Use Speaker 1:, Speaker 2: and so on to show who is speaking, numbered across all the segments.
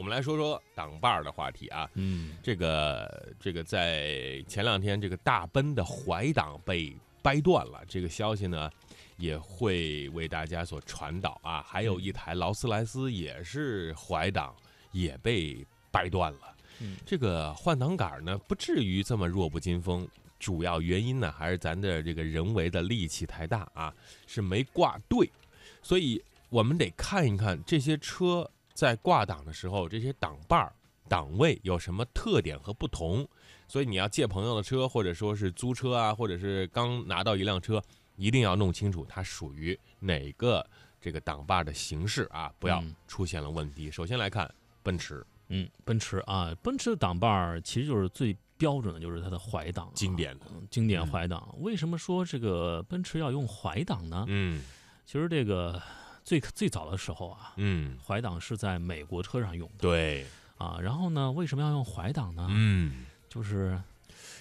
Speaker 1: 们来说说挡把儿的话题啊。
Speaker 2: 嗯，
Speaker 1: 这个这个，在前两天，这个大奔的怀挡被掰断了，这个消息呢，也会为大家所传导啊。还有一台劳斯莱斯也是怀挡也被掰断了，
Speaker 2: 嗯
Speaker 1: 这个换挡杆呢，不至于这么弱不禁风。主要原因呢，还是咱的这个人为的力气太大啊，是没挂对，所以我们得看一看这些车在挂档的时候，这些挡把儿、档位有什么特点和不同。所以你要借朋友的车，或者说是租车啊，或者是刚拿到一辆车，一定要弄清楚它属于哪个这个挡把的形式啊，不要
Speaker 2: 嗯
Speaker 1: 出现了问题。首先来看奔驰，
Speaker 2: 嗯，奔驰啊，奔驰的挡把儿其实就是最标准的，就是它的怀挡、
Speaker 1: 经，典的，
Speaker 2: 嗯，经典怀挡。为什么说这个奔驰要用怀挡呢？
Speaker 1: 嗯
Speaker 2: 其实这个最最早的时候啊，
Speaker 1: 嗯，
Speaker 2: 怀挡是在美国车上用的
Speaker 1: 对，
Speaker 2: 啊。然后呢，为什么要用怀挡呢？
Speaker 1: 嗯，
Speaker 2: 就是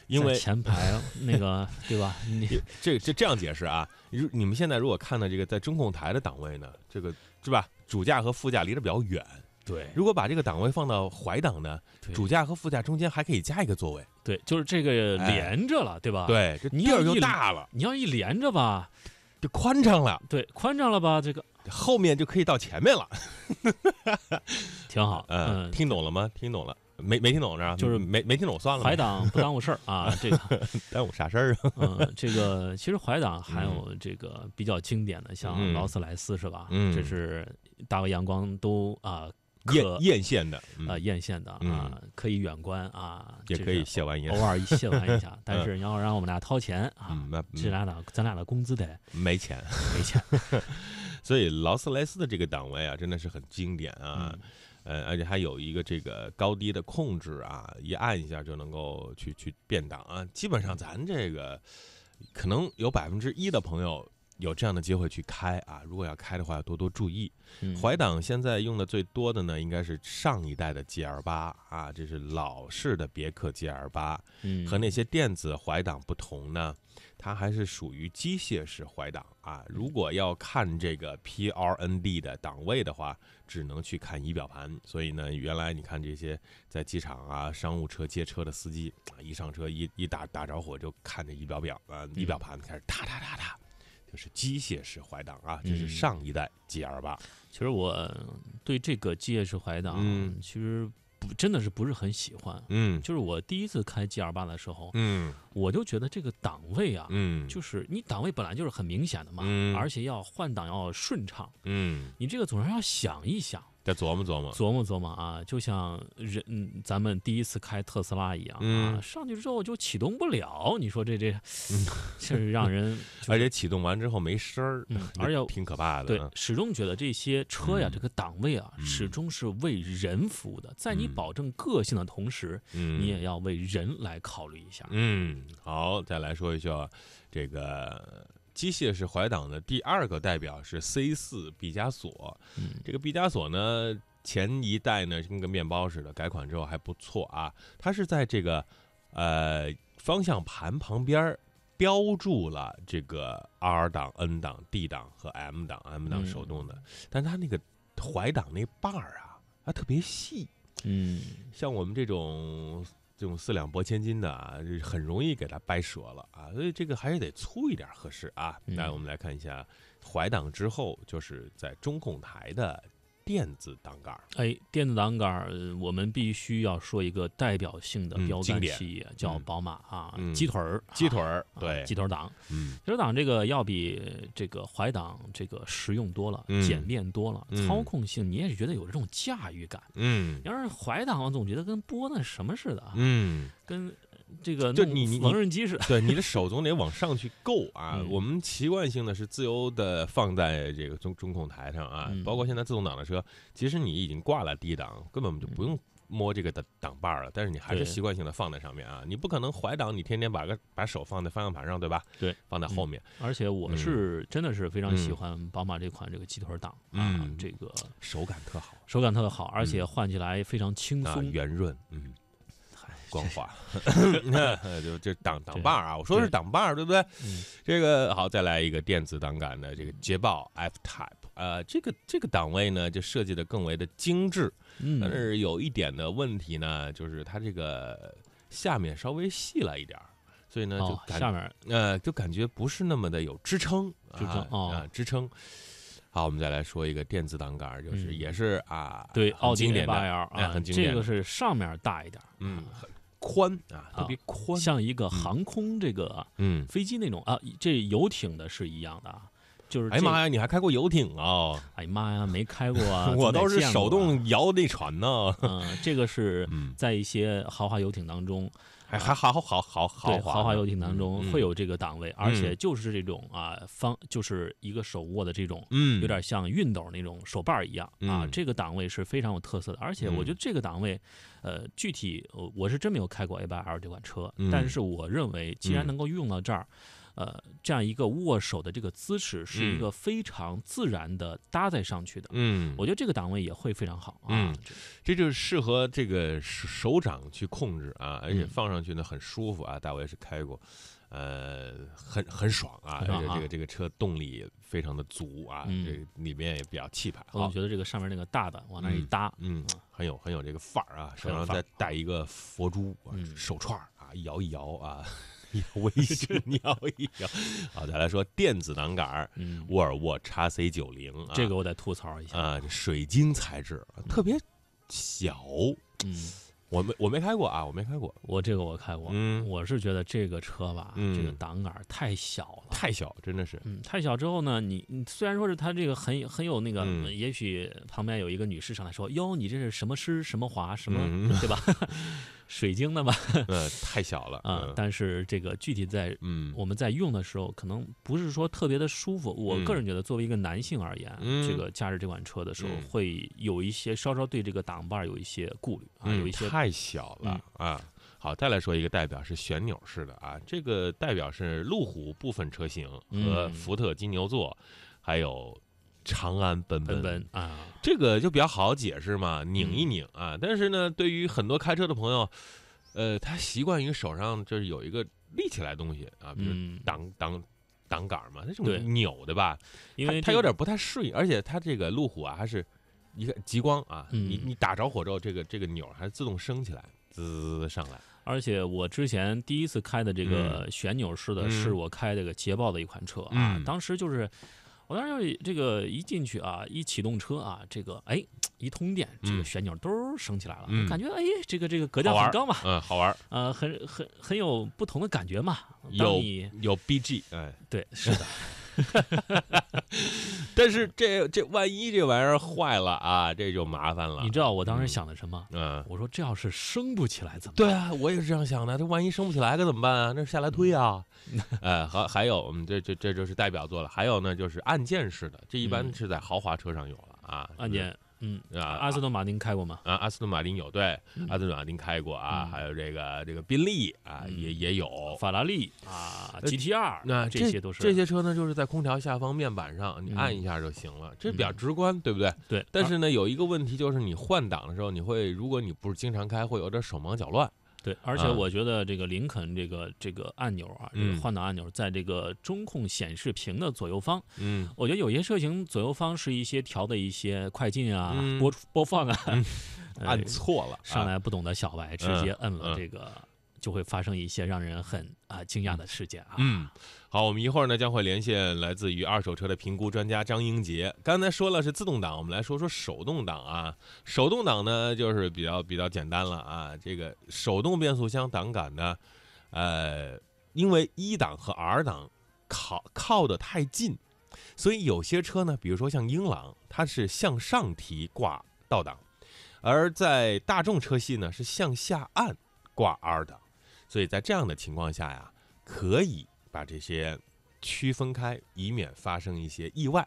Speaker 1: 因
Speaker 2: 在
Speaker 1: 为
Speaker 2: 前排那 个对吧？你
Speaker 1: 这这这样解释啊，如你们现在如果看到这个在中控台的档位呢，这个是吧？主驾和副驾离得比较远，
Speaker 2: 对
Speaker 1: 如果把这个档位放到怀档呢，
Speaker 2: 对
Speaker 1: 主驾和副驾中间还可以加一个座位，
Speaker 2: 对，就是这个
Speaker 1: 哎
Speaker 2: 连着了，对吧？。
Speaker 1: 对，这
Speaker 2: 你
Speaker 1: 地儿
Speaker 2: 要
Speaker 1: 就
Speaker 2: 一
Speaker 1: 大了，
Speaker 2: 你要一连着吧，
Speaker 1: 就宽敞了，
Speaker 2: 对，宽敞了吧，这个
Speaker 1: 后面就可以到前面了。
Speaker 2: 挺好。
Speaker 1: 嗯，
Speaker 2: 嗯，
Speaker 1: 听懂了吗？听懂了。没没听懂是吧？
Speaker 2: 就是
Speaker 1: 没没听懂算了吧，
Speaker 2: 怀挡不耽误事儿啊，这个
Speaker 1: 耽误啥事儿啊？
Speaker 2: 嗯，这个其实怀挡还有这个比较经典的，像
Speaker 1: 嗯
Speaker 2: 劳斯莱斯是吧？
Speaker 1: 嗯
Speaker 2: 这是大卫阳光都啊
Speaker 1: 艳
Speaker 2: 可
Speaker 1: 艳羡的，嗯
Speaker 2: 啊艳羡的啊，可以远观啊，
Speaker 1: 也
Speaker 2: 这
Speaker 1: 可以
Speaker 2: 是
Speaker 1: 卸完烟
Speaker 2: 偶。 尔一卸玩一下，但是你要让我们俩掏钱啊
Speaker 1: 嗯嗯，，那
Speaker 2: 这
Speaker 1: 嗯
Speaker 2: 俩的咱俩的工资得
Speaker 1: 没钱，
Speaker 2: 没钱。
Speaker 1: 所以劳斯莱斯的这个档位啊，真的是很经典啊。
Speaker 2: 嗯
Speaker 1: 呃，而且它有一个这个高低的控制啊，一按一下就能够去去变档啊。基本上咱这个可能有百分之一的朋友有这样的机会去开啊，如果要开的话要多多注意。
Speaker 2: 嗯
Speaker 1: 怀档现在用的最多的呢，应该是上一代的 GL 八啊，这是老式的别克 GL 八，
Speaker 2: 嗯
Speaker 1: 和那些电子怀档不同呢，它还是属于机械式怀档啊。如果要看这个 PRND 的档位的话，只能去看仪表盘。所以呢，原来你看这些在机场啊、商务车接车的司机啊，一上车一一打打着火就看着仪表表啊、仪
Speaker 2: 嗯
Speaker 1: 表盘开始哒哒哒哒，就是机械式怀档啊，这是
Speaker 2: 嗯
Speaker 1: 上一代 GL 八。
Speaker 2: 其实我对这个机械式怀挡
Speaker 1: 嗯
Speaker 2: 其实不真的是不是很喜欢。
Speaker 1: 嗯
Speaker 2: 就是我第一次开 G 二八的时候，
Speaker 1: 嗯
Speaker 2: 我就觉得这个档位啊，
Speaker 1: 嗯，
Speaker 2: 就是你档位本来就是很明显的嘛，
Speaker 1: 嗯
Speaker 2: 而且要换挡要顺畅，
Speaker 1: 嗯，
Speaker 2: 你这个总是要想一想，
Speaker 1: 再琢磨琢磨。
Speaker 2: 琢磨琢磨啊，就像人嗯咱们第一次开特斯拉一样啊，
Speaker 1: 嗯
Speaker 2: 上去之后就启动不了，你说这这，这是让人就是、
Speaker 1: 而且启动完之后没声儿，
Speaker 2: 嗯， 而且
Speaker 1: 挺可怕的。
Speaker 2: 对
Speaker 1: 嗯，
Speaker 2: 始终觉得这些车呀，
Speaker 1: 嗯
Speaker 2: 这个档位啊，
Speaker 1: 嗯
Speaker 2: 始终是为人服务的，在你
Speaker 1: 嗯
Speaker 2: 保证个性的同时，
Speaker 1: 嗯，
Speaker 2: 你也啊要为人来考虑一下。
Speaker 1: 嗯，好，再来说一下这个机械式怀档的第二个代表是 C 四毕加索。
Speaker 2: 嗯
Speaker 1: 这个毕加索呢，前一代呢跟个面包似的，改款之后还不错啊。它是在这个呃方向盘旁边儿标注了这个 R 档、N 档、D 档和 M 档，M 档
Speaker 2: 嗯
Speaker 1: 手动的，但它那个怀档那把儿啊，它特别细。
Speaker 2: 嗯，
Speaker 1: 像我们这种这种四两拨千斤的啊，这很容易给它掰折了啊，所以这个还是得粗一点合适啊。
Speaker 2: 嗯
Speaker 1: 来，我们来看一下怀档之后，就是在中控台的电子档杆儿，
Speaker 2: 哎，电子档杆儿，呃我们必须要说一个代表性的
Speaker 1: 嗯
Speaker 2: 标
Speaker 1: 经
Speaker 2: 杆
Speaker 1: 典
Speaker 2: 企业，叫
Speaker 1: 嗯
Speaker 2: 宝马啊，
Speaker 1: 嗯
Speaker 2: 鸡腿儿，
Speaker 1: 鸡腿
Speaker 2: 啊
Speaker 1: 儿，
Speaker 2: 啊
Speaker 1: 对，
Speaker 2: 鸡腿儿档，
Speaker 1: 嗯
Speaker 2: 鸡腿儿档这个要比这个怀档这个实用多了，
Speaker 1: 嗯
Speaker 2: 简便多了，
Speaker 1: 嗯
Speaker 2: 操控性你也是觉得有这种驾驭感。
Speaker 1: 嗯
Speaker 2: 要是怀档，我总觉得跟拨那什么似的啊，
Speaker 1: 嗯，
Speaker 2: 跟这个
Speaker 1: 就
Speaker 2: 弄
Speaker 1: 你你
Speaker 2: 缝纫机似的。
Speaker 1: 对，你的手总得往上去够啊
Speaker 2: 嗯。
Speaker 1: 我们习惯性的是自由的放在这个中中控台上啊
Speaker 2: 嗯，
Speaker 1: 包括现在自动挡的车，其实你已经挂了 D 档，根本就不用摸这个的挡把儿了，但是你还是
Speaker 2: 嗯对
Speaker 1: 习惯性的放在上面啊。你不可能怀档，你天天把个把手放在方向盘上，对吧？
Speaker 2: 对，嗯
Speaker 1: 放在后面。
Speaker 2: 而且我是真的是非常
Speaker 1: 嗯
Speaker 2: 喜欢宝马这款这个鸡腿儿档啊
Speaker 1: 嗯，
Speaker 2: 这个
Speaker 1: 手感特好
Speaker 2: 手感特别好，而且换起来非常轻
Speaker 1: 啊，
Speaker 2: 松。
Speaker 1: 圆润，嗯，光滑， 就这挡挡把儿啊，我说
Speaker 2: 对
Speaker 1: 是挡把儿，对不对？
Speaker 2: 嗯
Speaker 1: 这个好，再来一个电子档杆的这个捷豹 F Type，呃，这个这个档位呢，就设计的更为的精致，但
Speaker 2: 嗯，
Speaker 1: 是有一点的问题呢，就是它这个下面稍微细了一点儿，所以呢，就
Speaker 2: 哦，
Speaker 1: 感
Speaker 2: 下面
Speaker 1: 呃，就感觉不是那么的有支撑，
Speaker 2: 支撑
Speaker 1: 啊
Speaker 2: 哦
Speaker 1: 啊，支撑。好，我们再来说一个电子档杆儿，就是
Speaker 2: 嗯
Speaker 1: 也是啊，
Speaker 2: 对
Speaker 1: 很
Speaker 2: 奥迪
Speaker 1: 经典
Speaker 2: A
Speaker 1: 的
Speaker 2: 八 L
Speaker 1: 哎
Speaker 2: 啊，
Speaker 1: 很经典
Speaker 2: 这
Speaker 1: 的
Speaker 2: 个是上面大一点，
Speaker 1: 嗯，很宽啊，特别宽，
Speaker 2: 像一个航空这个啊
Speaker 1: 嗯。
Speaker 2: 飞机那种啊，这游艇的是一样的啊，就是
Speaker 1: 哎呀
Speaker 2: 这
Speaker 1: 妈呀，你还开过游艇哦？
Speaker 2: 哎呀妈呀，没开过啊，
Speaker 1: 我
Speaker 2: 都
Speaker 1: 都是手动摇那船呢。
Speaker 2: 嗯，这个是
Speaker 1: 嗯，
Speaker 2: 在一些豪华游艇当中，
Speaker 1: 还还好好好豪
Speaker 2: 对
Speaker 1: 华
Speaker 2: 豪华
Speaker 1: 呢
Speaker 2: 游艇当中
Speaker 1: 嗯
Speaker 2: 会有这个档位，而且就是这种啊方，就是一个手握的这种，
Speaker 1: 嗯，
Speaker 2: 有点像熨斗那种手把一样啊
Speaker 1: 嗯。
Speaker 2: 这个档位是非常有特色的，而且我觉得这个档位，呃，具体呃我是真没有开过 A 八 L 这款车
Speaker 1: 嗯，
Speaker 2: 但是我认为既然
Speaker 1: 嗯
Speaker 2: 能够用到这儿。呃，这样一个握手的这个姿势是
Speaker 1: 嗯
Speaker 2: 一个非常自然的搭载上去的，
Speaker 1: 嗯，
Speaker 2: 我觉得这个档位也会非常好啊。
Speaker 1: 嗯
Speaker 2: 这
Speaker 1: 这就是适合这个手手掌去控制啊，而且
Speaker 2: 嗯
Speaker 1: 放上去呢很舒服啊。大伟是开过，呃，很很爽啊，
Speaker 2: 很
Speaker 1: 而且
Speaker 2: 爽
Speaker 1: 这
Speaker 2: 啊
Speaker 1: 个这个车动力非常的足啊，
Speaker 2: 嗯
Speaker 1: 这个里面也比较气派。
Speaker 2: 我
Speaker 1: 好
Speaker 2: 总，觉得这个上面那个大的往那儿一
Speaker 1: 嗯
Speaker 2: 搭，
Speaker 1: 嗯，很有很有这个范儿啊，手
Speaker 2: 很有
Speaker 1: 上
Speaker 2: 范
Speaker 1: 再
Speaker 2: 儿
Speaker 1: 戴一个佛珠、啊
Speaker 2: 嗯
Speaker 1: 手串儿啊，一摇一摇啊。 微信 摇一摇，好，再来说电子挡杆儿，
Speaker 2: 嗯，
Speaker 1: 沃尔沃 x C 九零啊，
Speaker 2: 这个我得吐槽一下，
Speaker 1: 啊，水晶材质特别小，
Speaker 2: 嗯，
Speaker 1: 我没我没开过啊，我没开过，
Speaker 2: 我这个我开过，
Speaker 1: 嗯
Speaker 2: 我是觉得这个车吧，
Speaker 1: 嗯
Speaker 2: 这个档杆儿太小了。
Speaker 1: 太小，真的 是，
Speaker 2: 嗯，太小之后呢，你你虽然说是它这个很很有那个，
Speaker 1: 嗯
Speaker 2: 呃也许旁边有一个女士上来说：“哟，你这是什么湿什么滑什么，
Speaker 1: 嗯
Speaker 2: 对吧？ 水晶的吧？
Speaker 1: 呃，太小了
Speaker 2: 啊、
Speaker 1: 嗯
Speaker 2: 但是这个具体在
Speaker 1: 嗯，
Speaker 2: 我们在用的时候，可能不是说特别的舒服。我
Speaker 1: 嗯
Speaker 2: 个人觉得，作为一个男性而言，
Speaker 1: 嗯
Speaker 2: 这个驾驶这款车的时候
Speaker 1: 嗯，
Speaker 2: 会有一些稍稍对这个挡把儿有一些顾虑啊，
Speaker 1: 嗯
Speaker 2: 有一些嗯
Speaker 1: 太小了啊。好，再来说一个代表是旋钮式的啊，这个代表是路虎部分车型和
Speaker 2: 嗯
Speaker 1: 福特金牛座，还有长安奔
Speaker 2: 奔奔嗯啊，
Speaker 1: 这个就比较好解释嘛，拧一拧啊。但是呢，对于很多开车的朋友，呃，他习惯于手上就是有一个立起来的东西啊，比如
Speaker 2: 嗯，
Speaker 1: 挡挡挡杆儿嘛，它这
Speaker 2: 对
Speaker 1: 种扭的吧，
Speaker 2: 因为
Speaker 1: 它它
Speaker 2: 这
Speaker 1: 有
Speaker 2: 个
Speaker 1: 点不太适应，而且它这个路虎啊，还是一个极光啊，
Speaker 2: 嗯
Speaker 1: 你你打着火之后，这个这个钮儿还自动升起来，滋上来。
Speaker 2: 而且我之前第一次开的这个旋钮式的，
Speaker 1: 嗯
Speaker 2: 是我开这个捷豹的一款车啊。
Speaker 1: 嗯
Speaker 2: 当时就是，我当时就是这个一进去啊，一启动车啊，这个哎一通电，这
Speaker 1: 嗯
Speaker 2: 个旋钮都儿升起来了，
Speaker 1: 嗯
Speaker 2: 感觉哎这个这个
Speaker 1: 好
Speaker 2: 格调
Speaker 1: 玩
Speaker 2: 很
Speaker 1: 儿
Speaker 2: 高嘛，
Speaker 1: 嗯，好玩儿，
Speaker 2: 呃，很很很有不同的感觉嘛。当
Speaker 1: 有
Speaker 2: 你
Speaker 1: 有 BG，哎，
Speaker 2: 对是的，
Speaker 1: 但是这这万一这玩意儿坏了啊，这就麻烦了。
Speaker 2: 你知道我当时
Speaker 1: 嗯
Speaker 2: 想的什么？
Speaker 1: 嗯，
Speaker 2: 我说这要是升不起来怎么办？
Speaker 1: 对啊，我也是这样想的。这万一升不起来该怎么办啊？那下来推啊。
Speaker 2: 嗯
Speaker 1: 呃，还还有，我们这这这就是代表作了。还有呢，就是按键式的，这一般
Speaker 2: 嗯
Speaker 1: 是在豪华车上有了啊。
Speaker 2: 按键，嗯，
Speaker 1: 啊，
Speaker 2: 阿斯顿马丁开过吗？
Speaker 1: 啊，阿斯顿马丁有，对，
Speaker 2: 嗯
Speaker 1: 阿斯顿马丁开过啊，
Speaker 2: 嗯
Speaker 1: 还有这个这个宾利啊，
Speaker 2: 嗯
Speaker 1: 也也有。
Speaker 2: 法拉利啊，GTR，
Speaker 1: 呃那
Speaker 2: 这些都是
Speaker 1: 这些车呢，就是在空调下方面板上你
Speaker 2: 嗯
Speaker 1: 按一下就行了，这比较
Speaker 2: 嗯
Speaker 1: 直观，对不对？
Speaker 2: 对，
Speaker 1: 但是呢，有一个问题就是你换挡的时候，你会如果你不是经常开，会有点手忙脚乱。
Speaker 2: 对，而且
Speaker 1: 啊
Speaker 2: 我觉得这个林肯这个这个按钮啊，这个
Speaker 1: 嗯
Speaker 2: 换挡按钮在这个中控显示屏的左右方，
Speaker 1: 嗯
Speaker 2: 我觉得有些车型左右方是一些调的一些快进啊、
Speaker 1: 嗯
Speaker 2: 播出播放啊， 呃
Speaker 1: 按错了啊，
Speaker 2: 上来不懂的小白直
Speaker 1: 嗯
Speaker 2: 接摁
Speaker 1: 嗯
Speaker 2: 了这个，就会发生一些让人很啊惊讶的事件啊。
Speaker 1: 嗯，好，我们一会儿呢将会连线来自于二手车的评估专家张英杰。刚才说了是自动挡，我们来说说手动挡啊。手动挡呢就是比较比较简单了啊。这个手动变速箱挡杆呢，呃，因为一档和 R 档靠靠得太近，所以有些车呢，比如说像英朗，它是向上提挂倒档，而在大众车系呢是向下按挂 R 档，所以在这样的情况下呀，可以把这些区分开，以免发生一些意外。